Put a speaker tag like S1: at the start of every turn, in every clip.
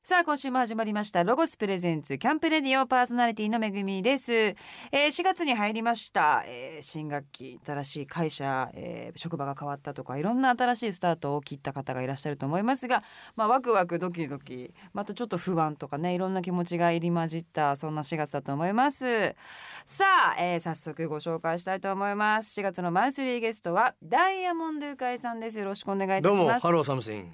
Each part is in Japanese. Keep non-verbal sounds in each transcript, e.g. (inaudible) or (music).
S1: さあ今週も始まりましたロゴスプレゼンツキャンプレディオパーソナリティのめぐみです、えー、4月に入りました、えー、新学期新しい会社、えー、職場が変わったとかいろんな新しいスタートを切った方がいらっしゃると思いますがまあワクワクドキドキまたちょっと不安とかねいろんな気持ちが入り混じったそんな4月だと思いますさあ、えー、早速ご紹介したいと思います4月のマンスリーゲストはダイヤモンドゆかりさんですよろしくお願いいた
S2: どう
S1: し
S2: も
S1: ます
S2: ハローサムシン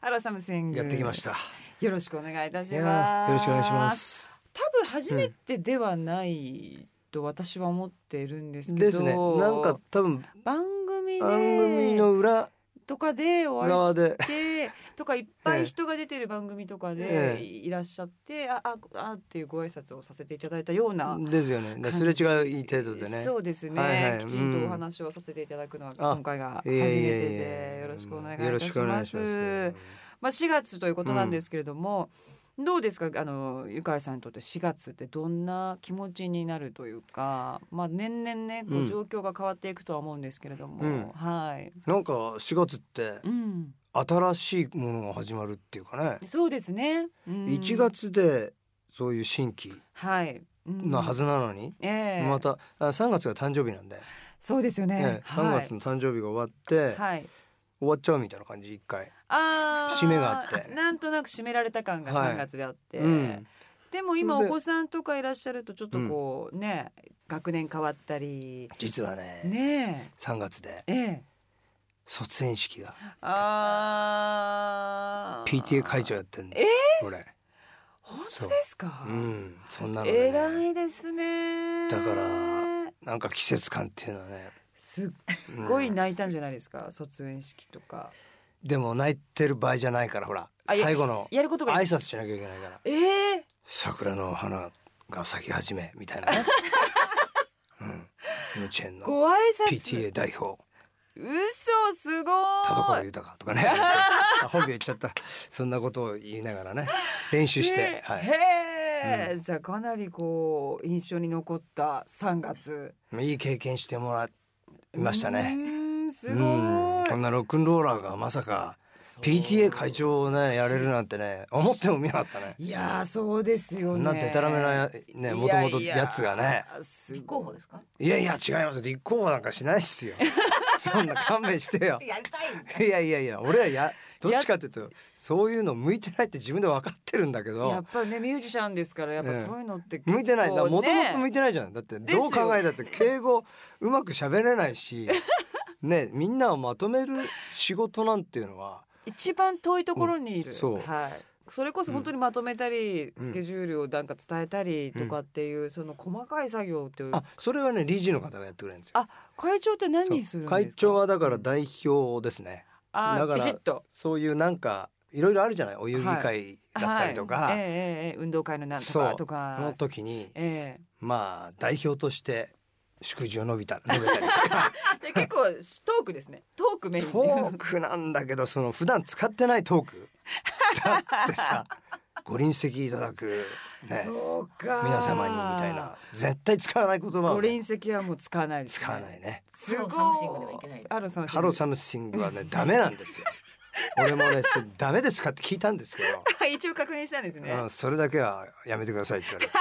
S1: ハローサムシング
S2: やってきました。
S1: よろしくお願いいたし
S2: いや
S1: ます
S2: ーよろしくお願いします。
S1: 多分初めてではないと私は思ってるんですけど、
S2: ですね。なんか多分
S1: 番組で
S2: 番組の裏
S1: とかでお会い
S2: 側
S1: し
S2: で
S1: てとかいっぱ
S2: え
S1: い
S2: え
S1: 人が出てる番組とか
S2: え
S1: で
S2: え
S1: いらっしゃってあああっていうご挨拶をさせていただいたような、
S2: ですよね。だからすれ違い程度でね。
S1: そうですね、
S2: はいはい
S1: きちんと
S2: うん
S1: お話をさせていただくのは
S2: あ
S1: 今回が初めてで、
S2: ええ
S1: よろしくお願いい
S2: よろ
S1: た
S2: し
S1: し
S2: くお願
S1: ま
S2: いし
S1: す。
S2: ます。
S1: まあ、4月ということなんですけれども、どうですかあのゆかりさんにとって4月ってどんな気持ちになるというか、まあ、年々ねこ
S2: う
S1: うん状況が変わっていくとは思うんですけれども、
S2: うん
S1: はい、
S2: なんか4月って
S1: うん、
S2: 新しいものが始まるっていうかね。
S1: そうですね、うん
S2: 1月でそういう新規
S1: はい、うん
S2: なはずなのに。
S1: ええ
S2: またあ3月が誕生日なんで、
S1: そうですよね
S2: ね3月の誕生日が終わって、
S1: はい、はい、
S2: 終わっちゃうみたいな感じ一回、
S1: あー
S2: 締めがあって
S1: なんとなく締められた感が
S2: はい
S1: 3月であって、
S2: うん、
S1: でも今
S2: そ
S1: お
S2: れで
S1: 子さんとかいらっしゃるとちょっとこうね、学年変わったり
S2: 実はね
S1: ね
S2: 3月で
S1: えええ
S2: 卒園式が
S1: あー
S2: PTA 会長やってんの
S1: え
S2: 俺
S1: 本当ですか、
S2: うんそんなので
S1: 偉
S2: ね
S1: いですね
S2: だからなんか季節感っていうのはね
S1: すっ
S2: うん
S1: ごい泣いたんじゃないですか、卒園式とか
S2: でも泣いてる場合じゃないからほら
S1: あいや
S2: 最後の
S1: やること
S2: 挨
S1: が
S2: 拶しなきゃいけないから
S1: えー、
S2: 桜の花が咲き始めみたい
S1: (laughs)
S2: なねうん幼稚園の
S1: ご挨拶
S2: PTA 代表
S1: 嘘すご
S2: 田所
S1: い
S2: 豊
S1: (laughs)
S2: とかねあ本名言っちゃったそんなことを言いながらね練習して
S1: ね、
S2: はい
S1: へえ、じゃあかなりこう印象に残った3月
S2: いい経験してもらいましたね
S1: うーんすごい、
S2: うんこんなロックンローラーがまさか PTA 会長をねやれるなんてね思ってもみなかったね。
S1: いやーそうですよ
S2: こ
S1: ね
S2: んなデタラメなやねもともとやつがね
S1: 立
S3: 立候補ですか
S2: いやいや違います立候補なんかしないっすよそんな勘弁してよ
S3: やりたい
S2: いやいやいや俺はやどっちかっていうとそういうの向いてないって自分で分かってるんだけ
S1: や
S2: ど
S1: っぱねミュージシャンですからやっぱ
S2: ええ
S1: そういうのって結構ね、
S2: 向いてないだもともと向いてないじゃんだって
S1: ですよ
S2: どう考えたって敬語うまく喋れないしねみんなをまとめる仕事なんていうのは
S1: 一番遠いところにいる、
S2: うんそう
S1: はいそれこそ本当にまとめたり、
S2: うん
S1: スケジュールをなんか伝えたりとかっていう、その細かい作業っていう
S2: あそれはね理事の方がやってくれるんですよ。
S1: あ会長って何するんですか
S2: 会長はだから代表ですね
S1: あ
S2: だから
S1: ビシッと
S2: そういうなんかいろいろあるじゃないお遊戯会だったりとか、
S1: はいええええええ運動会のなんと
S2: そ
S1: か
S2: う
S1: と
S2: の
S1: か、
S2: 時に
S1: え
S2: まあ代表として祝辞を述べた
S1: (laughs)
S2: 述べたりとか
S1: え、で結構トークですねトークメインで
S2: トークなんだけどその普段使ってないトークだって
S1: (laughs)
S2: さご臨席いただく、
S1: (laughs)
S2: ね、
S1: そうか
S2: 皆様にみたいな絶対使わない言葉
S1: ご
S2: をね、
S1: 臨席はもう使わないです、ね、
S2: 使わないね。
S1: すごい
S3: ハローサムシングではいけないです
S1: ハローサムシング
S2: ハローサムシングはねダメなんですよ。
S1: (laughs)
S2: 俺もねそれダメですかって聞いたんですけど。
S1: はい (laughs) 一応確認したんですね。
S2: うん、それだけはやめてくださいって言われて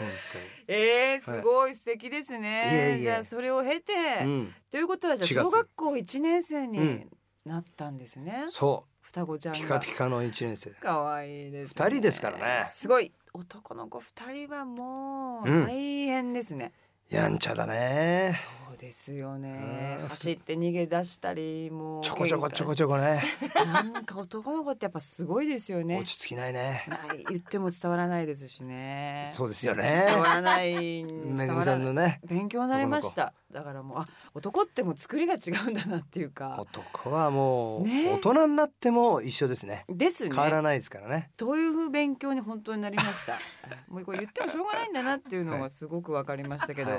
S2: 本
S1: えー、すごい素敵ですね。
S2: いえいえ
S1: じゃあそれを経て、
S2: 当に、うん、
S1: ということはじ
S2: 4
S1: ゃあ
S2: 月
S1: 小学校一年生
S2: う
S1: に
S2: ん
S1: なったんですね。
S2: そ
S1: 双子ちゃ
S2: うん
S1: が
S2: ピカピカの一年生
S1: 可愛いです、ね。
S2: 二人ですからね
S1: すごい男の子二人はもう
S2: うん
S1: 大変ですね。
S2: やんちゃだね
S1: そうですよね
S2: う。ん
S1: 走って逃げ出したりもう
S2: ちょこちょこちょこち
S1: ょ
S2: ょこね
S1: こ。なんか男の子ってやっぱすごいですよね
S2: 落。ち着きないね
S1: はい言っても伝わらないですしね。
S2: そうですよ
S1: 伝
S2: ね
S1: わらない。
S2: め
S1: 伝
S2: ぐ
S1: わ
S2: み
S1: ら
S2: さ
S1: なんい
S2: のね
S1: 勉強になりましただからもうあ男ってもう作りが違うんだなっていうか
S2: 男はもう
S1: ね
S2: 大人になっても一緒ですね
S1: ですね
S2: 変わらないですからね
S1: という勉強に本当になりました
S2: (laughs)
S1: もうこれ言ってもしょうがないんだなっていうの
S2: は
S1: が
S2: い
S1: すごく分かりましたけど、
S2: はい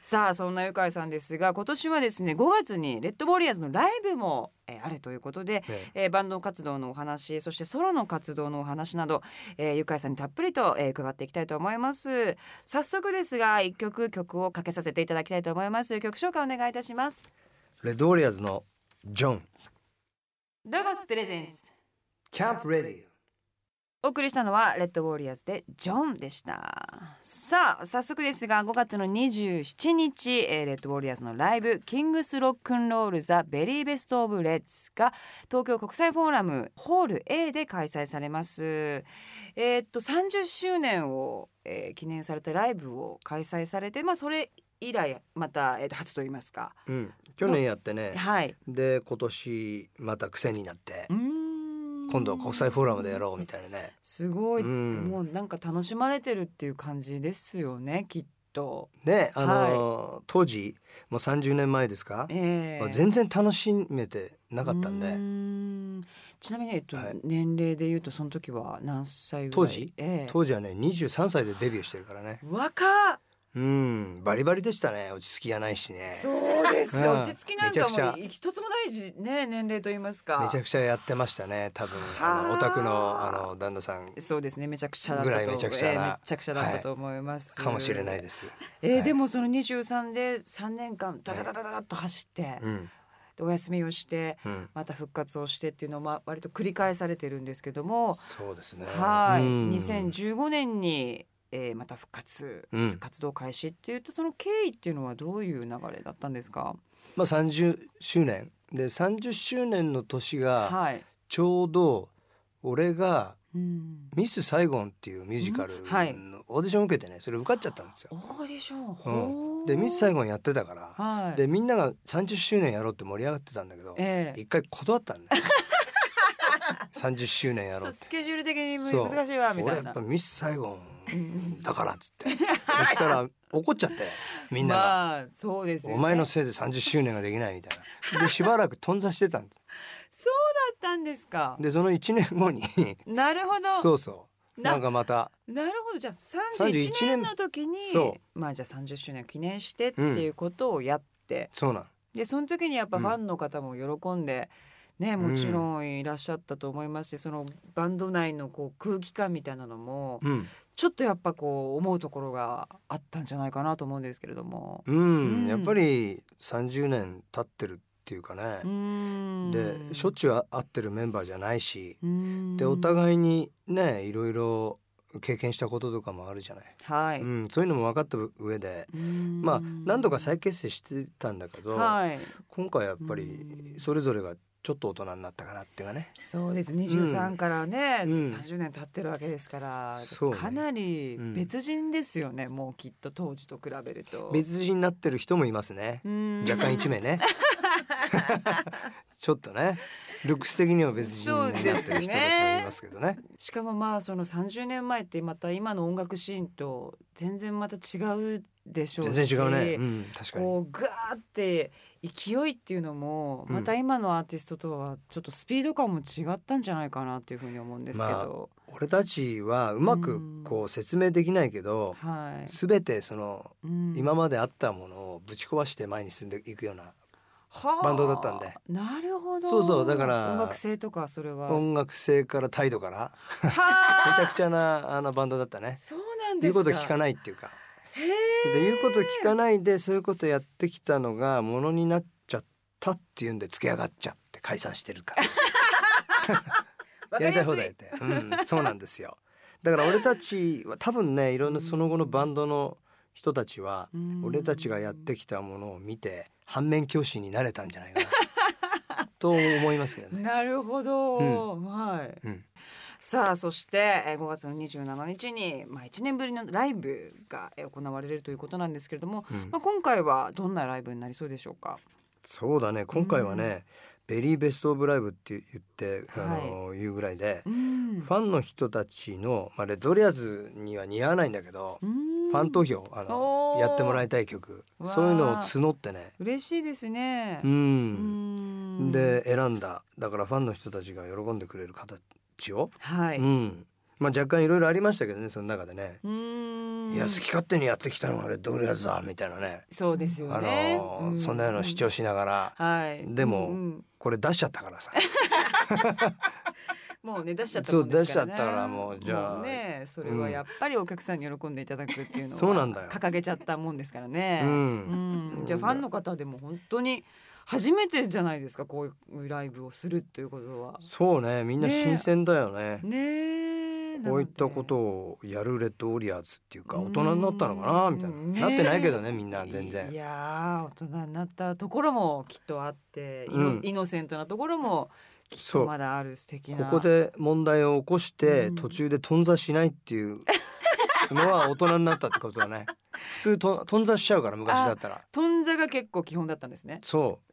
S1: さあそんなゆかいさんですが今年はですね5月にレッドウォリアーズのライブも、えーあるということで、
S2: ね
S1: えーバンド活動のお話そしてソロの活動のお話など、えーゆかいさんにたっぷりと、えー伺っていきたいと思います早速ですが一曲曲をかけさせていただきたいと思います曲紹介お願いいたします
S2: レッドウォリアーズのジョン
S1: ロゴスプレゼンツ
S2: キャンプレディ
S1: お送りしたのはレッドウォリアーズでジョンでしたさあ早速ですが5月の27日、えーレッドウォリアーズのライブキングスロックンロールザベリーベストオブレッツが東京国際フォーラムホール A で開催されますえーっと30周年を、えー記念されたライブを開催されてまあそれ以来また、えーっと初といいますか
S2: オ、うん、去年やってね
S1: はい
S2: で今年また癖になって今
S1: 今
S2: 度は国際フォーラムでやろうみたいなね
S1: すごい、
S2: うん
S1: もうなんか楽しまれてるっていう感じですよねきっと。
S2: ねあのー当時もう30年前ですか、
S1: ええ
S2: 全然楽しめてなかったん
S1: うー
S2: で
S1: んちなみに、えっと
S2: はい
S1: 年齢で言うとその時は何歳ぐらい
S2: 当時
S1: ええ
S2: 当時はね23歳でデビューしてるからね
S1: 若っ
S2: うんバリバリでしたね落ち着きがないしね
S1: そうです
S2: うん
S1: よ落ち着きなんか
S2: めちゃ
S1: も
S2: くち
S1: 一つも大事ね年齢と言いますか
S2: めちゃくちゃやってましたね多分あ
S1: はあ
S2: のお宅のあの旦那さん
S1: そうですねめちゃくちゃだったと
S2: ぐらいめちゃくちゃな
S1: ええめちゃくちゃだったと思います、
S2: かもしれないです、
S1: ええ
S2: はい
S1: でもその23で3年間ダダダダダダッと走って、
S2: うん
S1: でお休みをして
S2: うん、
S1: また復活をしてっていうのをまあ割と繰り返されてるんですけども、
S2: そうですね
S1: はい、
S2: うん
S1: 2015年に、えー、また復活、
S2: うん
S1: 活動開始っていうとその経緯っていうのはどういう流れだったんですか。
S2: まあ30周年で30周年の年が
S1: はい。
S2: ちょうど俺が
S1: うん
S2: 「ミス・サイゴン」っていうミュージカル
S1: うん
S2: の
S1: はい
S2: オーディションを受けてねそれ受かっちゃったんですよ。
S1: オーディション。
S2: う
S1: ほー
S2: でミス・サイゴンやってたから
S1: はい。
S2: でみんなが30周年やろうって盛り上がってたんだけど
S1: ええ
S2: 一回断っ
S1: (laughs)
S2: たんだよ30周
S1: ち
S2: 年
S1: ょ
S2: や
S1: っ
S2: ろう
S1: と
S2: って
S1: ス。ケジュール的に
S2: そう
S1: 難しいわみた
S2: 俺や
S1: い
S2: っ
S1: な
S2: ぱ。ミス・サイゴン
S1: うん
S2: だからっつって
S1: (laughs)
S2: そしたら怒っちゃってみんなが、
S1: まあそうですよ、ね。
S2: お前の
S1: だっ
S2: せいで30周年ができないみたいなでしばらく頓挫してたんです
S1: たんですか。
S2: でその1年後に
S1: なるほど。
S2: そうそう
S1: な
S2: なんかまた
S1: なるほどじゃあ三十一
S2: 31
S1: 年の時に
S2: そ
S1: まあじゃあ三十周年を記念してっていうことをやって、
S2: そうなん
S1: でその時にやっぱファンの方も喜んで、ねもちろんいらっしゃったと思いますし、そのバンド内のこう空気感みたいなのも
S2: うん、
S1: ちょっとやっぱこう思うところがあったんじゃないかなと思うんですけれども。
S2: うん
S1: うん
S2: やっぱり30年経ってるっていうか
S1: う
S2: ね、
S1: ーん
S2: でしょっちゅう会ってるメンバーじゃないし、
S1: うーん
S2: でお互いにねいろいろ経験したこととかもあるじゃない、
S1: はい、
S2: うん、そういうのも分かった上でま
S1: ま
S2: あ何度か再結成してたんだけど、
S1: はい
S2: 今回やっぱり
S1: うん
S2: それぞれがちょっと大人になったかなっていうかね
S1: そうです23からね、
S2: うん
S1: 30年経ってるわけですから、
S2: そうね
S1: かなり
S2: うん
S1: 別人ですよね、もうきっと当時と比べると。
S2: 別人になってる人もいますね
S1: うん
S2: 若干一
S1: (laughs)
S2: 名ねちょっとねルックス的には別人になってる人たちもいますけどね
S1: しかもまあその30年前ってまた今の音楽シーンと全然また違うでしょうし
S2: 全然違うね、うん、確かに
S1: こうガーって勢いっていうのも
S2: うん
S1: また今のアーティストとはちょっとスピード感も違ったんじゃないかなっていうふうに思うんですけど、
S2: 俺たちはうま
S1: う
S2: く
S1: ん
S2: こう説明できないけど
S1: はい、
S2: 全てその
S1: うん
S2: 今まであったものをぶち壊して前に進んでいくような
S1: はあ
S2: バンドだったんで
S1: なるほど
S2: そうそうだから
S1: 音楽性とかそれはは
S2: 音楽性から態度から
S1: あ
S2: めちゃくちゃなあのバンドだったね
S1: そうなんで
S2: 言う
S1: すか
S2: こと聞か
S1: ない
S2: ないっていうか
S1: へえ
S2: で言うこと聞かないでそういうことやってきたのがものになっちゃったっていうんでつけ上がっちゃって解散してるから
S1: (laughs) わか
S2: やり
S1: り
S2: た
S1: やす
S2: い放
S1: い
S2: 題やって、うん、そうなんですよだから俺たちは多分ねいろんなその後のバンドの人たちは
S1: うん
S2: 俺たちがやってきたものを見て反面教師になれたんじゃないか
S1: (laughs)
S2: なと思いますけどね。
S1: なるほど、はい
S2: うん、
S1: さあそしてえー5月の27日に、まあ、1年ぶりのライブがえー行われるということなんですけれども、
S2: うん
S1: まあ、今回はどんなライブになりそうでしょうか
S2: そうだね今回はね、ベリーベストオブライブって言ってあの、いうぐらいで、
S1: うん
S2: ファンの人たちの、まあ、レッドリアーズには似合わないんだけど、
S1: うん
S2: ファン投票あの
S1: おー
S2: やってもらいたい曲
S1: わー
S2: そういうのを募ってね
S1: 嬉しいですね
S2: う、ん、
S1: ん
S2: で選んだだからファンの人たちが喜んでくれる形を、
S1: はい、
S2: うんまあ、若干いろいろありましたけどねその中でね、
S1: うん
S2: いや好き勝手にやってきたのがレッドリアーズだみたいなね、
S1: そうです
S2: あ
S1: よね。
S2: のーそんなような主張しながら、
S1: はい。
S2: でも
S1: うんうん
S2: これ出しちゃっ
S1: (laughs)
S2: たからさ
S1: もうね出しちゃったもんですからね。
S2: そう出しちゃったからもうじゃあ
S1: もねそれはやっぱりお客さんに喜んでいただくっていうのは
S2: そうなんだよ
S1: 掲げちゃったもんですからね。
S2: うん
S1: うんじゃあファンの方でも本当に初めてじゃないですかこういうライブをするっていうことは。
S2: そうねみんな新鮮だよね
S1: ねえ
S2: こういったこと
S1: を
S2: をやるレッドウォリアーズっていうか大人になったのかなみたいな、
S1: うんね
S2: なってないけどねみんな全然
S1: いやー大人になったところもきっとあって、イノ
S2: うん
S1: イノセントなところもきっ
S2: そ
S1: と
S2: う
S1: まだある素敵
S2: こ
S1: な
S2: こで問題を起こして、
S1: うん
S2: 途中で頓挫しないっていうのは大人になったってことだ
S1: (laughs)
S2: ね普通と頓挫しちゃうから昔だったら
S1: トンザが結構基本だったんですね。
S2: そう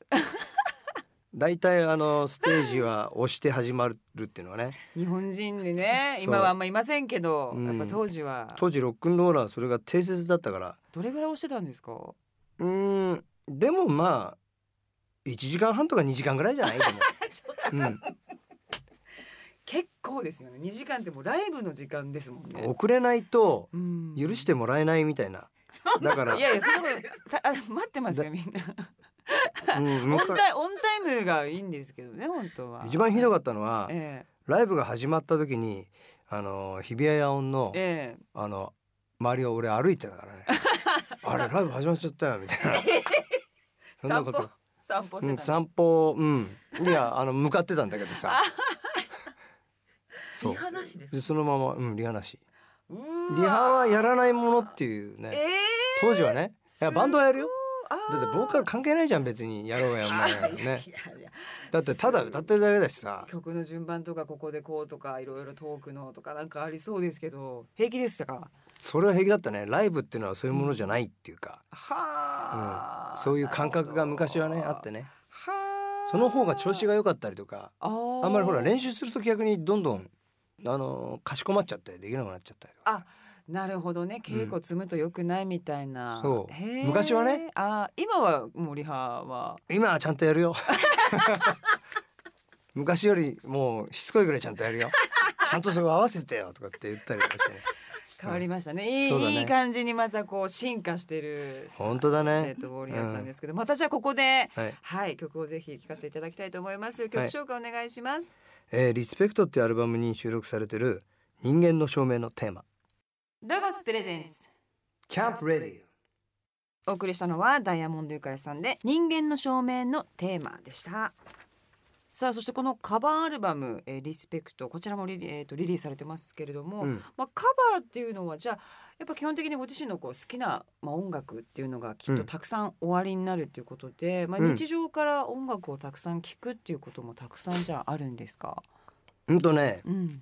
S2: 大体あのステージは押して始まるっていうのはね
S1: 日本人でね
S2: そう
S1: 今はあんまいませんけど、
S2: うん
S1: やっぱ当時は
S2: 当時ロックンローラーはそれが定説だったから
S1: どれぐらい押してたんですか
S2: うーんでもまあ1時間半とか2時間ぐらいじゃないでもうん
S1: 結構ですよね2時間ってもうライブの時間ですもんね。
S2: 遅れないと
S1: うん
S2: 許
S1: (laughs)
S2: してもらえないみたいな。だから、
S1: いやいやそんなことたあ待ってますよみんな。
S2: うん
S1: オン
S2: 昔
S1: タイオンタイムがいいんですけどね本当は。
S2: 一番ひど
S1: かっ
S2: かったのは、
S1: え
S2: ライブが始まった時に、あの日比谷野音の
S1: え、え
S2: あの周りを俺歩いてたから
S1: (laughs)
S2: ね。あれライブ始まっちゃったよみたいな。
S1: え
S2: そんなこと。
S1: 散歩散歩してたん
S2: うん、
S1: です
S2: 散歩、うん、いや、あの向かってたんだけどさ。そう
S1: リ。ハなしです
S2: で、そのまま、うん、リハなし。
S1: リ
S2: リハはやらないものって
S1: いう
S2: いうね
S1: わ。え
S2: 当時はね、いや、バンドはやるよ。
S1: だ
S2: だって、ボーカル関係ないじゃん、別に、やろうや、お前らね。だって、ただ歌ってるだけだしさ。
S1: 曲の順番とかここでこうとかいろいろトークのとかなんかありそうですけど平気でしたか
S2: それは平気だったねライブっていうのはそういうものじゃないっていうか、
S1: はあ、
S2: そういう感覚が昔はねあって
S1: ね
S2: ね
S1: はあ
S2: その方が調子が良かったりとか
S1: あ
S2: あ
S1: ー
S2: んまりほら練習すると逆にどんどんあのかしこまっちゃってできなくなっちゃったりとか
S1: あなるほどね稽古積むと良くないみたいな、
S2: うんそう
S1: へえ
S2: 昔はね
S1: あー今はもうリハは
S2: 今はちゃんとやるよ (laughs) 昔よりもうしつこいぐらいちゃんとやるよちゃんとそこ合わせてよとかって言ったりとかしてね
S1: 変わりましたね,、いい
S2: そうだね
S1: いい感じにまたこう進化してる
S2: 本当だ
S1: え
S2: ね
S1: っ、とウォリアーズなんですけど、またじゃあここで
S2: はい
S1: はい曲をぜひ聴かせていただきたいと思います曲紹介お願いします、
S2: えーリスペクト」っていうアルバムに収録されてる人間の証明のテーマ
S1: ロゴスプレゼンツ
S2: キャンプレディ
S1: お送りしたのはダイヤモンドユカイさんで人間の証明のテーマでしたさあそしてこのカバーアルバム「えーリスペクト」こちらもリリ,、えー、とリリースされてますけれども、
S2: オ、うん
S1: まあ、カバーっていうのはじゃあやっぱ基本的にご自身のこう好きな、まあ、音楽っていうのがきっ
S2: う
S1: と
S2: ん
S1: たくさんおありになるということで、まあ、
S2: うん
S1: 日常から音楽をたくさん聴くっていうこともたくさんじゃああるんですか、
S2: うんとね
S1: うん、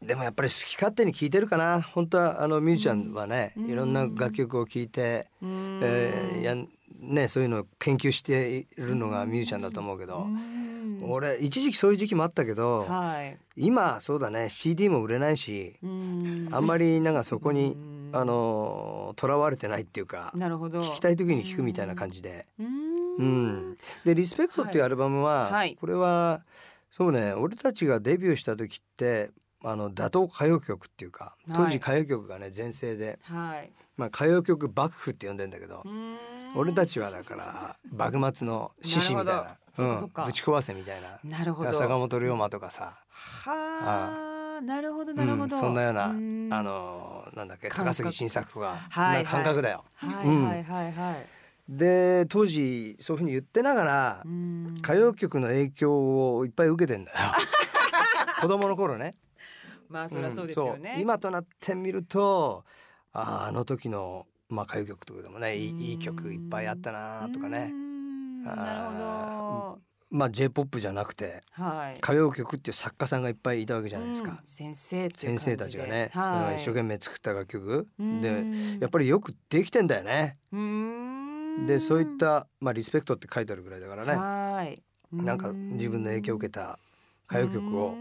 S2: でもやっぱり好き勝手に聴いてるかな本当はあのミュージシャンはね、
S1: うん
S2: いろんな楽曲を聴いて、
S1: うーん
S2: えーやんね、そういうのを研究しているのがミュージシャンだと思うけ
S1: う
S2: ど、
S1: ん
S2: 俺一時期そういう時期もあったけど、
S1: はい、
S2: 今そうだね CD も売れないしあ
S1: あ
S2: んまりなんかそこに、あ
S1: の
S2: のとらわれてないっていうか
S1: なるほど
S2: 聴きたい時に聴くみたいな感じで。
S1: うー
S2: うんん、で「リスペクトっていうアルバムは、
S1: はいはい
S2: これはそうね俺たちがデビューした時ってあの打倒歌謡曲っていうか当
S1: はい
S2: 時歌謡曲がね全盛で、
S1: はい
S2: まあ、歌謡曲幕府って呼んでんだけど、
S1: うーん
S2: 俺たちはだから幕末の志士みた
S1: な
S2: い
S1: るほ
S2: な
S1: どそっかそっ
S2: うん
S1: か
S2: ぶち壊せみたいな
S1: なるほど
S2: 坂本龍馬とかさ、
S1: はあなるほどなるほど、
S2: うんそんなような
S1: ーん
S2: あのなんだっけ
S1: 感
S2: 高
S1: 覚
S2: 杉晋作とか、
S1: はい
S2: な感覚だよ。
S1: はい
S2: うん
S1: はいはいはい、
S2: で当時そういうふうに言ってながら、
S1: うーん
S2: 歌謡曲の影響をいっぱい受けて
S1: (laughs)
S2: んだよ子供の頃ね
S1: まあそ
S2: ん
S1: りゃそうですよね、
S2: そう今となってみるとあーあの時の、まあ、歌謡曲とかでもねいいいい曲いっぱいあったなとか
S1: うー
S2: ね、
S1: ん
S2: あー
S1: なるほ
S2: まあ、j p o p じゃなくて
S1: どはい
S2: 歌謡曲っていう作家さんがいっぱいいたわけじゃないですか、
S1: うん先生っていう感
S2: 先
S1: じで
S2: 生たちがね、その一生懸命作った楽曲でやっ
S1: ぱ
S2: ぱりよくできてんだよね。
S1: うーん
S2: でそういった「まあ、リスペクト」って書いてあるぐらいだからね
S1: はい
S2: なんか自分の影響を受
S1: け
S2: けた歌謡曲を、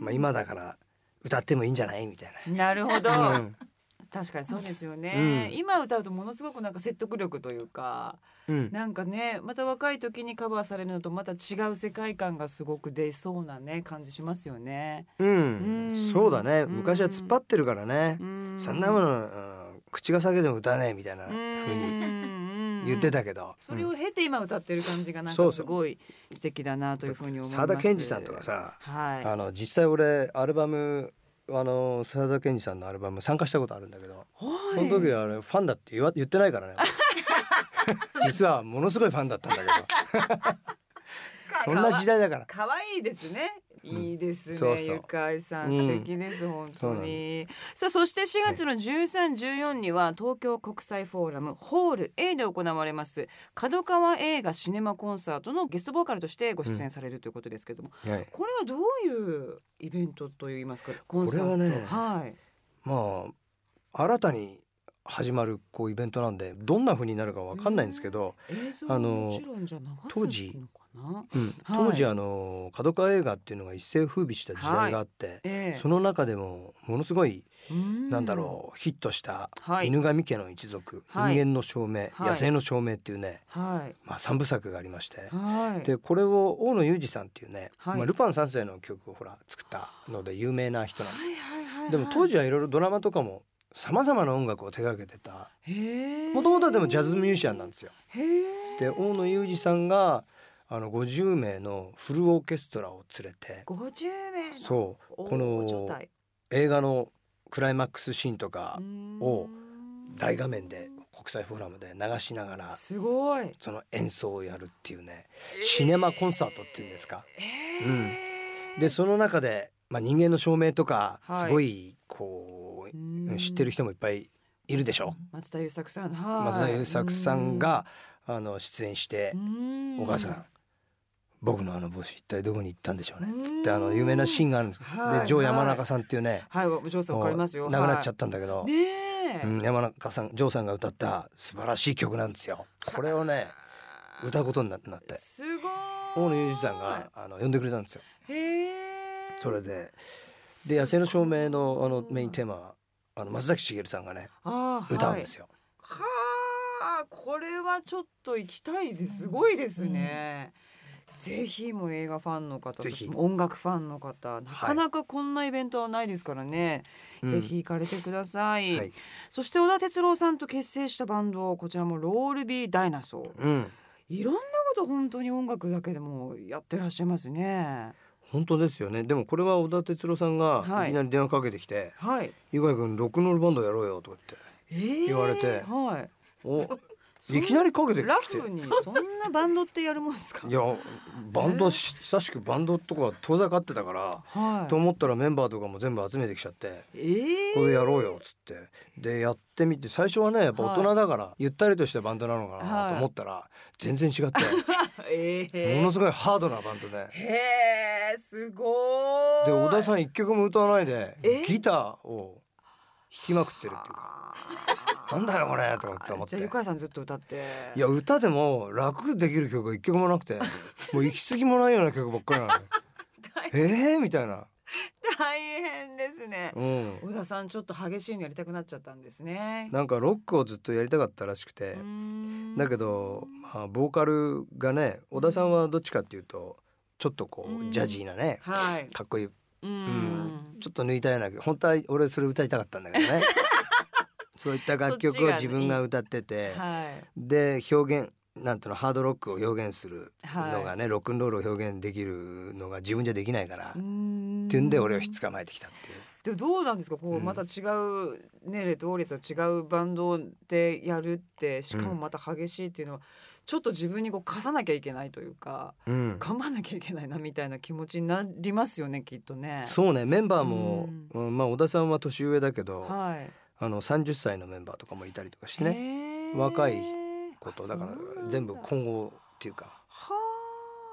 S2: まあ、今だから歌ってもいいんじゃないみたい
S1: なるほど、
S2: な。うん
S1: 確かにそうですよね、
S2: うん
S1: 今歌うとものすごくなんか説得力というか
S2: うん、
S1: なんかねまた若い時にカバーされるのとまた違う世界観がすごく出そうなね感じしますよね。
S2: うん
S1: うん
S2: そうだね
S1: うん
S2: 昔は突っ張ってるからね、そんなもの、うん口が裂けても歌わねえみたいな
S1: う
S2: 風に
S1: ん
S2: 言ってたけど、
S1: それを経て今歌ってる感じがなん
S2: そ
S1: か
S2: う
S1: す
S2: そう
S1: ごい素敵だなというふうに思います。
S2: 澤田研二さんとかさ、
S1: はい。
S2: あの実際俺アルバムあの澤田研二さんのアルバム参加したことあるんだけど、
S1: はい (laughs)
S2: その時はあれファンだって言わ言ってないからね実はものすごいファンだったんだけどそんな時代だから
S1: 可愛いですね。いいですね、
S2: そうそう
S1: ゆかいさん、
S2: うん
S1: 素敵です、本当に。さあ、そして4月の13、14には東京国際フォーラムホール A で行われます。角川映画シネマコンサートのゲストボーカルとしてご出演されるということですけども、
S2: はい
S1: これはどういうイベントといいますか、コンサート。
S2: これはね
S1: はい。
S2: まあ新たに始まるこうイベントなんでどんな風になるかわかんないんですけど、
S1: 映像
S2: あ
S1: も
S2: の
S1: もちろんじゃあ流
S2: 当
S1: す
S2: 時
S1: のかな。
S2: うん
S1: はい
S2: 当時あの角川映画っていうのが一世を風靡した時代があって、
S1: え
S2: その中でもものすごいなんだ
S1: う
S2: ろうヒットした
S1: はい
S2: 犬神家の一族、
S1: はい
S2: 人間の証明、
S1: はい
S2: 野生の証明っていうね、
S1: ん。はい。
S2: まあ、三部作がありまして、
S1: はい。
S2: でこれを大野裕二さんっていうね、
S1: はい
S2: まあ、ルパン三世の曲をほら作ったので有名な人なんです、
S1: はいはいはいはい、
S2: でも当時はいろいろドラマとかもさまざまな音楽を手がけてた
S1: も
S2: もともとはでもジャズミュージシャンなんですよ。
S1: へえ
S2: で大野裕二さんがあの50名のフルオーケストラを連れて
S1: 50名の
S2: そう
S1: 大
S2: こ
S1: 所
S2: の
S1: 帯
S2: 映画のクライマックスシーンとか
S1: うーん
S2: を大画面で国際フォーラムで流しながら
S1: すごい
S2: その演奏をやるっていうねシネマコンサートっていうんですか。
S1: へえ
S2: でその中で、まあ、人間の証明とか
S1: はい
S2: すごいこ
S1: う
S2: う、
S1: ーん
S2: 知ってる人もいっぱいいるでしょ。
S1: 松田優作さんはい
S2: 松田優作さんがあの出演して
S1: うーん
S2: お母さん僕のあの帽子一体どこに行ったんでしょうね
S1: うん
S2: つってあの有名なシーンがあるんです
S1: はい
S2: でジョー山中さんっていうね
S1: はいお嬢さんわかりますよ
S2: もう亡くなっちゃ
S1: っ
S2: ったんだけど、
S1: ねえ、
S2: うん山中さんジョーさんが歌った素晴らしい曲なんですよこれをね歌うことにななって
S1: すごい
S2: 大野裕二さんがあの呼んでくれたんですよ
S1: へえ
S2: それでで野生の証明のあのメインテーマはあの松崎しげるさんがね
S1: あー
S2: 歌うんですよ、
S1: はあこれはちょっと行きたいですすごいですね、ぜひもう映画ファンの方そ
S2: ぜひ
S1: して音楽ファンの方なかなかこんなイベントはないですからね、
S2: うん
S1: ぜひ行かれてください、
S2: はい
S1: そして小田哲郎さんと結成したバンドこちらもロールビーダイナソー
S2: うん
S1: いろんなこと本当に音楽だけでもやってらっしゃいますね
S2: 本当ですよねでもこれは小田哲郎さんが
S1: はい
S2: いきなり電話かけてきて
S1: はい、
S2: 「ゆかい君ロックノールバンドやろうよ」とか言って
S1: えー
S2: 言われて
S1: はい
S2: お
S1: そん
S2: いきなりかけてきて
S1: ラフにそんなバンドってやるもんですか
S2: いやバンドし久しくバンドとか遠ざかってたから、
S1: はい
S2: と思ったらメンバーとかも全部集めてきちゃって
S1: えー
S2: これやろうよっつってでやってみて最初はねやっぱ大人だから、ゆったりとしたバンドなのかなと思ったら、全
S1: (laughs)
S2: 然違って
S1: えー
S2: ものすごいハードなバンドで。
S1: へえすごーい
S2: で小田
S1: ん
S2: さん一曲も歌わないで
S1: え
S2: ギターを弾きまくってるっていうかなんだよこれとかって思っ
S1: じゃあゆ
S2: て
S1: かいさんずっと歌って
S2: いや歌でも楽できる曲が一曲もな
S1: (laughs)
S2: くてもう行き過ぎもないような曲ばっかりなのよええみたいな
S1: 大変ですね
S2: うん
S1: 小田さんちょっと激しいのやりたくなっちゃったんですね
S2: なんかロックをずっとやりたかったらしくてだけどまあボーカルがね小田さんはどっちかっていうとちょっとこ
S1: うん
S2: うジャジーなね
S1: はい
S2: かっこいいううんちょっと抜いたような本当は俺それ歌いたかったんだけど
S1: (laughs)
S2: ねそういった楽曲を自分が歌ってて、
S1: は
S2: で表現なんていうのハードロックを表現する
S1: はい
S2: のがね、ロックンロールを表現できるのが自分じゃできないから、
S1: い
S2: っ
S1: ん
S2: ていうんで俺をひっ捕まえてきたっていう。
S1: でもどうなんですかこう、
S2: うん
S1: また違うねレッドオーレスは違うバンドでやるってしかも
S2: うん
S1: また激しいっていうのは、ちょっと自分にこう貸さなきゃいけないというか
S2: うん
S1: 頑張んなきゃいけないなみたいな気持ちになりますよねきっとね。
S2: そうねメンバーも、
S1: う
S2: うんまあ、小田さんは年上だけど、
S1: はい。
S2: あの30歳のメンバーとかもいたりとかして
S1: ね
S2: ね若いことだから全部
S1: は
S2: 混合っていうか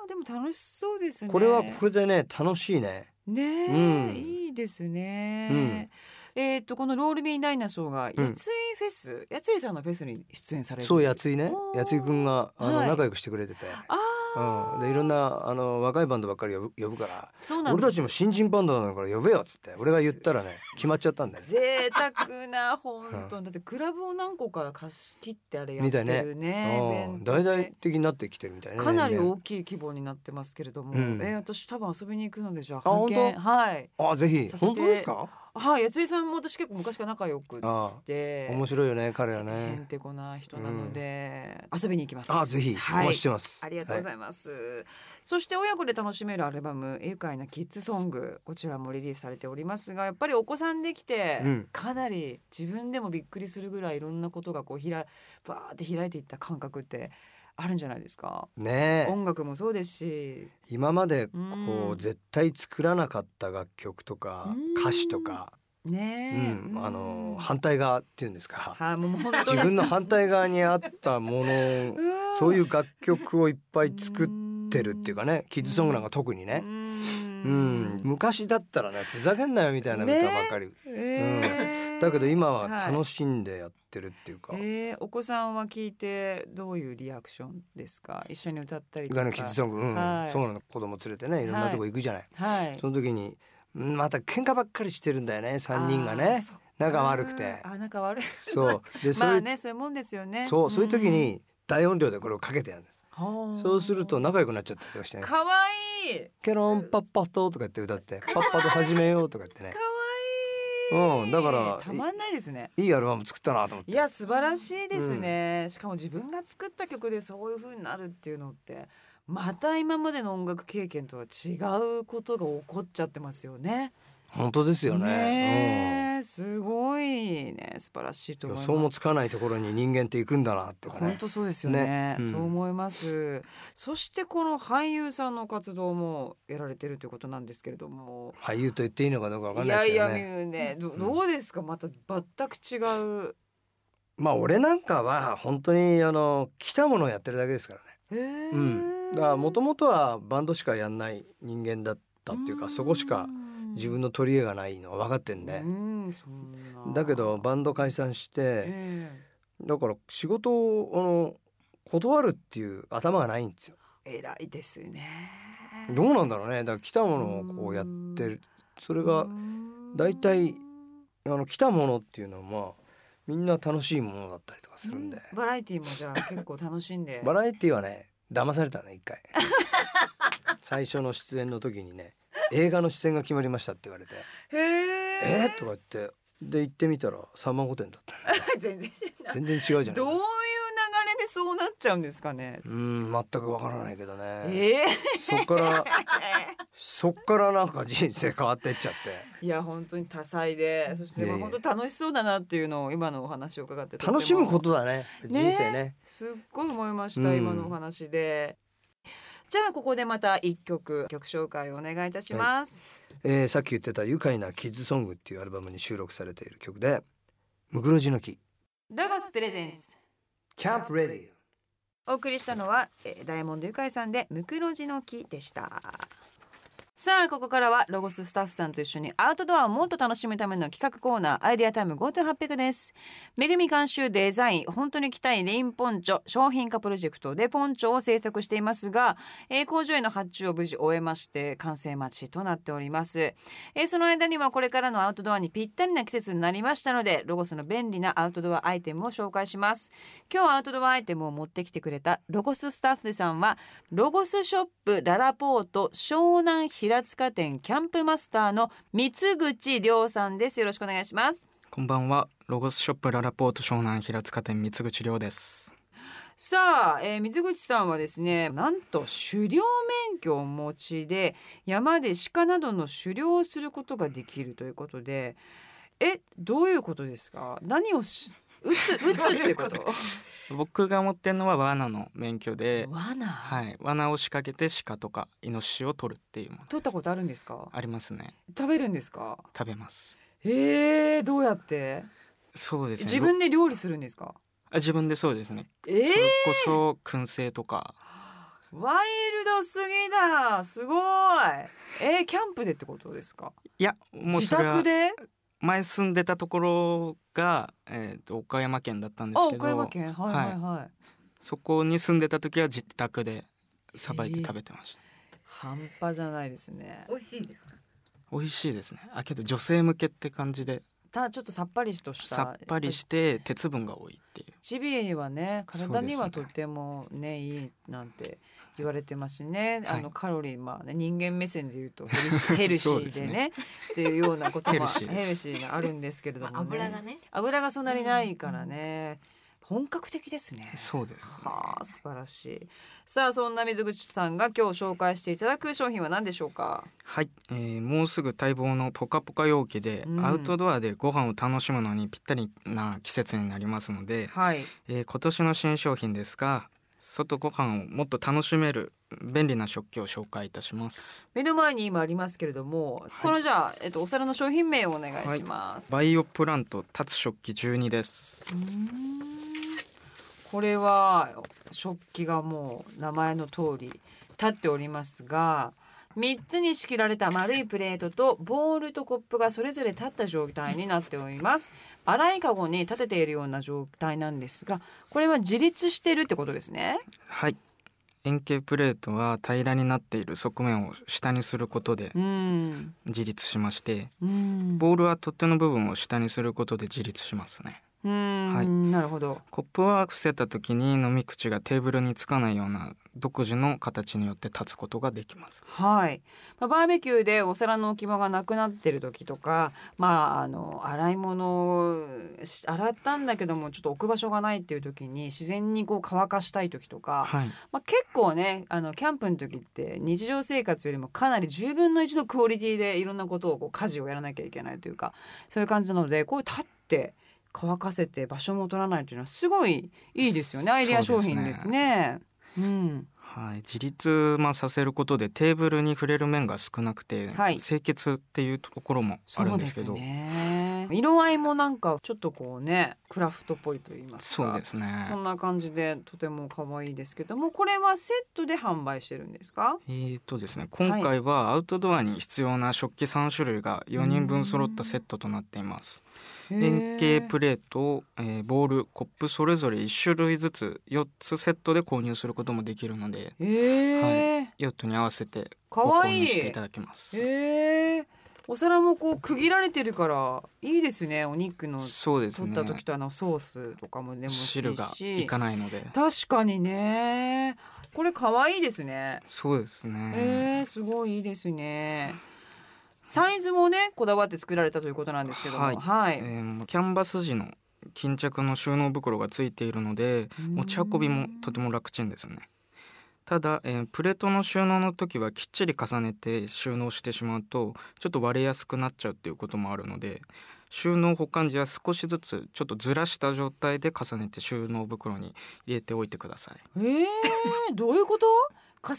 S1: あでも楽しそうですね。
S2: これはこれでね楽しいね。
S1: ねえ、
S2: うん
S1: いいですね。えーっとこのロールビーダイナソーが
S2: うん
S1: やついフェス、やついさんのフェスに出演される。
S2: そうやついね
S1: おー
S2: やついくんがあ
S1: は
S2: の
S1: い
S2: 仲良くしてくれてて、
S1: ああ、
S2: うん、でいろんなあの若いバンドばっかり呼ぶ呼ぶから
S1: そうなん
S2: 俺
S1: で
S2: た
S1: す
S2: ち。も新人バンドなのから呼べよっつって俺が言ったらね決まっちゃったんだよね
S1: 贅沢な本
S2: (laughs)
S1: 当にだってクラブを何個か貸し切ってあれやってるね。
S2: み
S1: イ
S2: う
S1: ベ
S2: ん
S1: ント
S2: 大
S1: ね
S2: 々的になってきてるみたいね
S1: かなり
S2: 年々
S1: 大きい規模になってますけれども、
S2: うん
S1: えー私多分遊びに行くのでじゃあ
S2: あ
S1: 拝見
S2: 本
S1: はい
S2: あぜひ
S1: させて
S2: 本当ですか
S1: はい八井さんも私結構昔から仲良く
S2: あ
S1: て
S2: あ面白いよね彼は
S1: へん
S2: ね
S1: てこな人なので、遊びに行きます
S2: ああぜひお
S1: はい
S2: 待ちしてます
S1: ありがとうござ
S2: はい
S1: ます、そして親子で楽しめるアルバム「愉快なキッズソング」こちらもリリースされておりますがやっぱりお子さんできて、
S2: うん
S1: かなり自分でもびっくりするぐらいいろんなことがこうひらバーって開いていった感覚ってあるんじゃないですか、
S2: いねえ
S1: 音楽もそうですし
S2: 今までこ
S1: う
S2: うん絶対作らなかった楽曲とか
S1: うん
S2: 歌詞とかう
S1: ねえ、
S2: んあの
S1: は
S2: 反対側っていうんですか
S1: いもう本当です
S2: 自分の反対側にあったもの
S1: (laughs)
S2: を
S1: うん
S2: そういう楽曲をいっぱい作ってるっていうかねキッズソングなんか特に
S1: う
S2: ね
S1: ん
S2: うん昔だったらねふざけんなよみたいな歌ばかり
S1: えー
S2: だけど今は
S1: はい
S2: 楽しんでやってるっていうか
S1: えーお子さんは聞いてどういうリアクションですか一緒に歌ったり
S2: 意
S1: とか
S2: 外なキッズソングうん
S1: はい
S2: そうなの子供連れてねいろんなとこ行くじゃない
S1: はい
S2: その時にうんまた喧嘩ばっかりしてるんだよね三人がね仲悪くて
S1: あー仲悪い
S2: そう
S1: (laughs)
S2: でそ
S1: ま
S2: う
S1: あ
S2: いう
S1: ねそういうもんですよね
S2: そうそういう時に大音量でこれをかけてやる
S1: うん
S2: そうすると仲良くなっちゃったりとかしてね
S1: 可愛い
S2: ケロンパッパととかって歌ってパッパと始めようとか言ってね
S1: 可愛い
S2: うんだから
S1: たまんないですね
S2: いいアルバム作ったなと思って
S1: いや素晴らしいですね、しかも自分が作った曲でそういう風になるっていうのってまた今までの音楽経験とは違うことが起こっちゃってますよね。
S2: 本当ですよね
S1: ねえすごいね素晴らしいと
S2: うん予
S1: 思います。
S2: 想もつかないところに人間って行くんだなとか
S1: 本
S2: ね
S1: 当そうですよね
S2: ねうん
S1: そう思いますそしてこの俳優さんの活動もやられてるということなんですけれども、
S2: 俳優と言っていいのかどうかわかん
S1: い
S2: ない
S1: や
S2: です
S1: い
S2: けど
S1: やみ
S2: ね
S1: ゆねどどうですかまた全く違う、
S2: まあ俺なんかは本当にあの来たものをやってるだけですからね
S1: へえ
S2: うんだからもともとはバンドしかやんない人間だったっていうかそこしか自分
S1: の
S2: の取り柄がないのは分かってんで
S1: うんそんな
S2: だけどバンド解散して
S1: え
S2: だから仕事をあの断るっていう頭がないんですよ
S1: え偉いですね
S2: どうなんだろうねだから来たものをこうやってるそれが大体あの来たものっていうのはまあみんな楽しいものだったりとかするんで
S1: うバラエティーもじゃあ結構楽しんで
S2: バラエティはね騙されたね一
S1: (laughs)
S2: 回最初の出演の時にね映画の出演が決まりましたって言われて
S1: へ
S2: 「
S1: え
S2: えー、とか言ってで行ってみたら「さんま御殿」だったの
S1: 全然知らない
S2: 全然違うじゃない
S1: どういう流れでそうなっちゃうんですかね。
S2: うーん全くわからないけどね
S1: え
S2: (laughs)
S1: え
S2: そっからそっからなんか人生変わってっちゃって
S1: いや本当に多彩でそしてまあ
S2: いやいや
S1: 本当楽しそうだなっていうのを今のお話を伺ってとても
S2: 楽しむことだね
S1: ね
S2: 人生ね
S1: すっごい思いました、
S2: うん
S1: 今のお話で。じゃあここでまた一曲曲紹介をお願いいたします。
S2: えーさっき言ってた「愉快なキッズソング」っていうアルバムに収録されている曲で「ムクロジの木
S1: ロゴスプレゼンツ」
S2: キャンプレディ
S1: お送りしたのは、えー、ダイヤモンドゆかいさんでムクロジの木でしたさあここからはロゴススタッフさんと一緒にアウトドアをもっと楽しむための企画コーナーアイデアタイム5800ですめぐみ監修デザイン本当に着たいレインポンチョ商品化プロジェクトでポンチョを制作していますが、えー工場への発注を無事終えまして完成待ちとなっております、えーその間にはこれからのアウトドアにぴったりな季節になりましたのでロゴスの便利なアウトドアアイテムを紹介します今日アウトドアアイテムを持ってきてくれたロゴススタッフさんはロゴスショップララポート湘南平塚店キャンプマスターの三口亮さんですよろしくお願いします
S3: こんばんはロゴスショップララポート湘南平塚店三口亮です
S1: さあ、えー、水口さんはですねなんと狩猟免許をお持ちで山で鹿などの狩猟をすることができるということでえどういうことですか何を (laughs) し撃つ撃つってこと
S3: 僕が持ってるのは罠の免許で、
S1: 罠、
S3: はい、罠を仕掛けて鹿とかイノシシを取るっていうもの
S1: 取ったことあるんですか
S3: ありますね
S1: 食べるんですか
S3: 食べます
S1: えー、どうやって
S3: そうですね
S1: 自
S3: ろ
S1: 分で料理するんですか
S3: あ自分でそうですね、
S1: え
S3: それこそ燻製とか
S1: ワイルドすぎだすごいえー、キャンプでってことですか
S3: いやもう
S1: 自
S3: それは
S1: 宅で
S3: 前住んでたところが、えー、と岡山県だったんで
S1: あ
S3: すけど
S1: 岡山県はいはいはい、
S3: そこに住んでた時は自宅でさばいて食べてました、
S1: 半端じゃないですね
S4: 美味しいですか。
S3: 美味しいですねあけど女性向けって感じで
S1: たちょっとさっぱりとした
S3: さっぱりして鉄分が多いっていう
S1: ジビエにはね体には
S3: そうです
S1: と
S3: ね
S1: てもねいいなんて言われてますしね、
S3: はい
S1: あのカロリーまあ、ね、人間目線で言うとヘル
S3: (laughs)
S1: シーヘルシ
S3: そう
S1: ー
S3: です
S1: で
S3: ね
S1: ねっていうようなことも
S3: ヘルシーです
S1: ヘルシーがあるんですけれども、ね
S4: まあ油がね
S1: 油がそんなにないからね、本格的ですね。
S3: そうですね
S1: はあ素晴らしいさあそんな水口さんが今日紹介していただく商品は何でしょうか
S3: はい、えーもうすぐ待望のポカポカ容器で、
S1: うん
S3: アウトドアでご飯を楽しむのにぴったりな季節になりますので、
S1: はい
S3: えー今年の新商品ですが外ご飯をもっと楽しめる便利な食器を紹介いたします
S1: 目の前に今ありますけれども、このじゃあ、えっと、お皿の商品名をお願いします、
S3: バイオプラント立つ食器12です
S1: うーんこれは食器がもう名前の通り立っておりますが3つに仕切られた丸いプレートとボールとコップがそれぞれ立った状態になっております洗いかごに立てているような状態なんですがこれは自立してるってことですね
S3: はい円形プレートは平らになっている側面を下にすることで
S1: うん
S3: 自立しまして
S1: うん
S3: ボールは取っ手の部分を下にすることで自立しますね
S1: うん、
S3: はい
S1: なるほど
S3: コップは伏せた時に飲み口がテーブルにつかないような独自の形によって立つことができます
S1: はい、まあ、バーベキューでお皿の置き場がなくなってる時とか、まあ、あの洗い物をし洗ったんだけどもちょっと置く場所がないっていう時に自然にこう乾かしたい時とか、
S3: はい
S1: まあ、結構ねあのキャンプの時って日常生活よりもかなり10分の1のクオリティでいろんなことをこう家事をやらなきゃいけないというかそういう感じなのでこう立って乾かせて場所も取らないというのはすごいいいですよねアイデア商品ですね。うん、
S3: はい、自立、まあ、させることでテーブルに触れる面が少なくて、
S1: はい
S3: 清潔っていうところもあるんですけど
S1: そうね、色合いもなんかちょっとこうねクラフトっぽいと言いますか
S3: そうですね
S1: そんな感じでとても可愛いですけどもこれはセットで販売してるんですか
S3: えーとですね、今回はアウトドアに必要な食器3種類が4人分揃ったセットとなっています円形プレート、えーボールコップそれぞれ1種類ずつ4つセットで購入することもできるので
S1: えー
S3: 用途に合わせて
S1: か
S3: ご
S1: わ
S3: 購
S1: い
S3: 入
S1: い
S3: してい
S1: え
S3: ただけます
S1: ーお皿もこう区切られてるからいいですねお肉の
S3: そうです
S1: 取
S3: ね
S1: った時とあのソースとかもでもいいし
S3: 汁がいかないので
S1: 確かにねこれ可愛いですね
S3: そうですね、
S1: えー、すごいいいですね。サイズもねこだわって作られたということなんですけども、は、
S3: はいいえーもうキャンバス地の巾着の収納袋がついているので持ち運びもとても楽ちんですねただ、えープレートの収納の時はきっちり重ねて収納してしまうとちょっと割れやすくなっちゃうっていうこともあるので収納保管時は少しずつちょっとずらした状態で重ねて収納袋に入れておいてください
S1: えー、どういうこと？重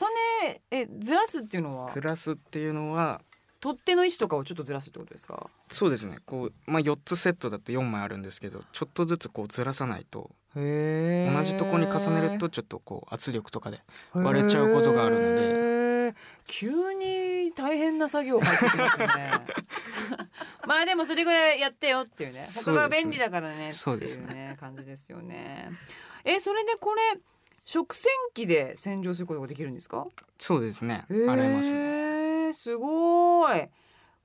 S1: ねえずらすっていうのは
S3: ずらすっていうのは
S1: 取っ手の位置とかをちょっとずらすってことですか？
S3: そうですねこう、まあ、4つセットだと4枚あるんですけどちょっとずつこうずらさないと
S1: へ
S3: 同じとこに重ねるとちょっとこう圧力とかで割れちゃうことがあるので
S1: で。急に大変な作業入ってきますね。
S3: (laughs)
S1: まあでもそれぐらいやってよっていうね。
S3: そ
S1: 他が
S3: うですね
S1: 便利だからねってい
S3: そううです
S1: ね感じですよね。えそれでこれ食洗機で洗浄することができるんですか？
S3: そうですね洗えますね
S1: へーすごい。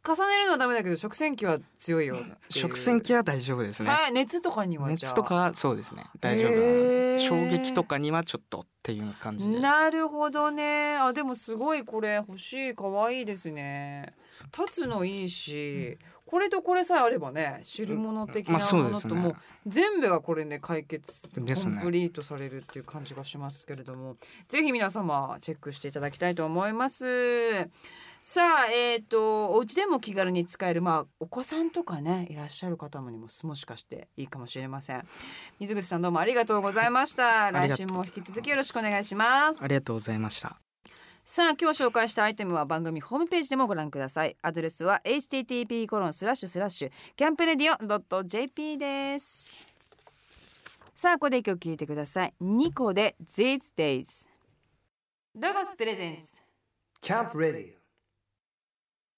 S1: 重ねるのはダメだけど食洗機は強いよっていう。
S3: 食洗機は大丈夫ですね
S1: はい熱とかにはじゃあ
S3: 熱とかはそうですね大丈夫なの
S1: へー
S3: で衝撃とかにはちょっとっていう感じで
S1: なるほどねあでもすごいこれ欲しい可愛いですね立つのいいし、これとこれさえあればね汁物的な
S3: まあそ
S1: も
S3: うで
S1: の
S3: す
S1: と
S3: ね
S1: もう全部がこれで解決コン
S3: ですね
S1: プリートされるっていう感じがしますけれども、ぜひ皆様チェックしていただきたいと思いますさあえっ、とお家でも気軽に使えるまあお子さんとかねいらっしゃる方にももしかしていいかもしれません水口さんどうもありがとうございました
S3: りがと
S1: 来
S3: う
S1: 週も引き続きよろしくお願いします
S3: ありがとうございました
S1: さあ今日紹介したアイテムは番組ホームページでもご覧くださいアドレスは http コロンスラッシュスラッシュキャンプレディオ .jp ですさあここで一曲聞いてください2個で These Days ロゴスプレゼンツ
S2: キャンプレディ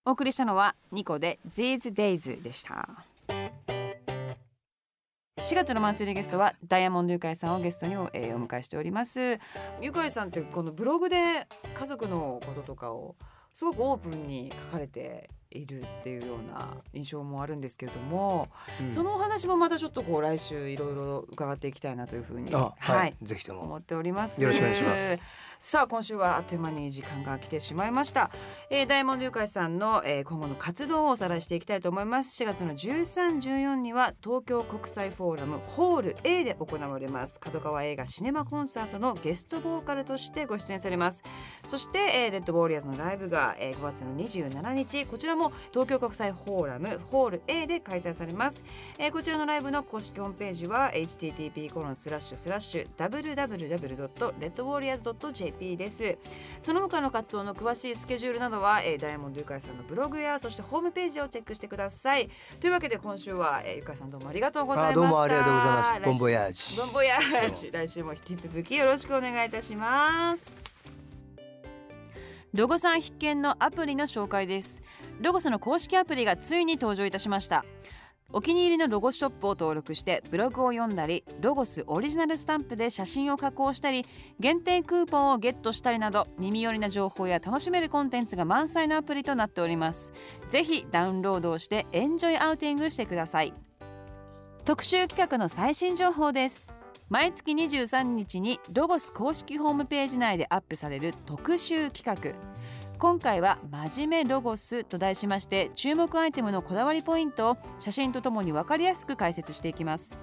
S1: お送りしたのは2個で These Days でした4月のマンスリーゲストはダイヤモンドゆかいさんをゲストにお,、えーお迎えしておりますゆかいさんってこのブログで家族のこととかをすごくオープンに書かれているっていうようなな印象もあるんですけれども、
S3: うん
S1: そのお話もまたちょっとこう来週いろいろ伺っていきたいなというふうに、
S2: あはい、
S1: はい、
S2: ぜひとも
S1: 思っております
S2: よろしくお願いします
S1: さあ今週はあっという間に時間が来てしまいました、えー、ダイヤモンドユカイさんの、えー、今後の活動をおさらいしていきたいと思います4月の13、14には東京国際フォーラムホール A で行われます角川映画シネマコンサートのゲストボーカルとしてご出演されますそして、えー、レッドウォーリアーズのライブが、えー、5月の27日こちらも東京国際フォーラムホール A で開催されますえーこちらのライブの公式ホームページは http コロンスラッシュスラッシュ www.redwarriors.jp ですその他の活動の詳しいスケジュールなどは、えーダイヤモンドゆかいさんのブログやそしてホームページをチェックしてくださいというわけで今週は、えーゆかいさんどうもありがとうございました
S2: あどうもありがとうございますボンボ
S1: ヤ
S2: ヤージ
S1: ボンボヤー
S2: どう
S1: ジ来週も引き続きよろしくお願いいたしますロゴさん必見のアプリの紹介ですロゴスの公式アプリがついに登場いたしましたお気に入りのロゴショップを登録してブログを読んだりロゴスオリジナルスタンプで写真を加工したり限定クーポンをゲットしたりなど耳寄りな情報や楽しめるコンテンツが満載のアプリとなっておりますぜひダウンロードをしてエンジョイアウティングしてください特集企画の最新情報です毎月23日にロゴス公式ホームページ内でアップされる特集企画今回は「真面目ロゴス」と題しまして注目アイテムのこだわりポイントを写真とともに分かりやすく解説していきます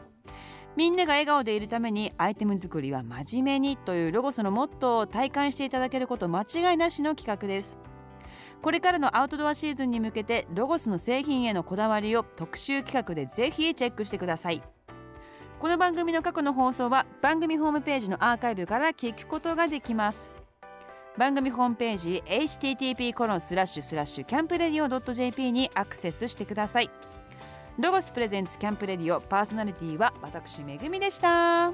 S1: みんなが笑顔でいるためにアイテム作りは真面目にというロゴスのモットーを体感していただけること間違いなしの企画ですこれからのアウトドアシーズンに向けてロゴスの製品へのこだわりを特集企画でぜひチェックしてくださいこの番組の過去の放送は番組ホームページのアーカイブから聞くことができます番組ホームページ http コロンスラッシュスラッシュキャンプレディオ .jp にアクセスしてくださいロゴスプレゼンツキャンプレディオパーソナリティは私めぐみでした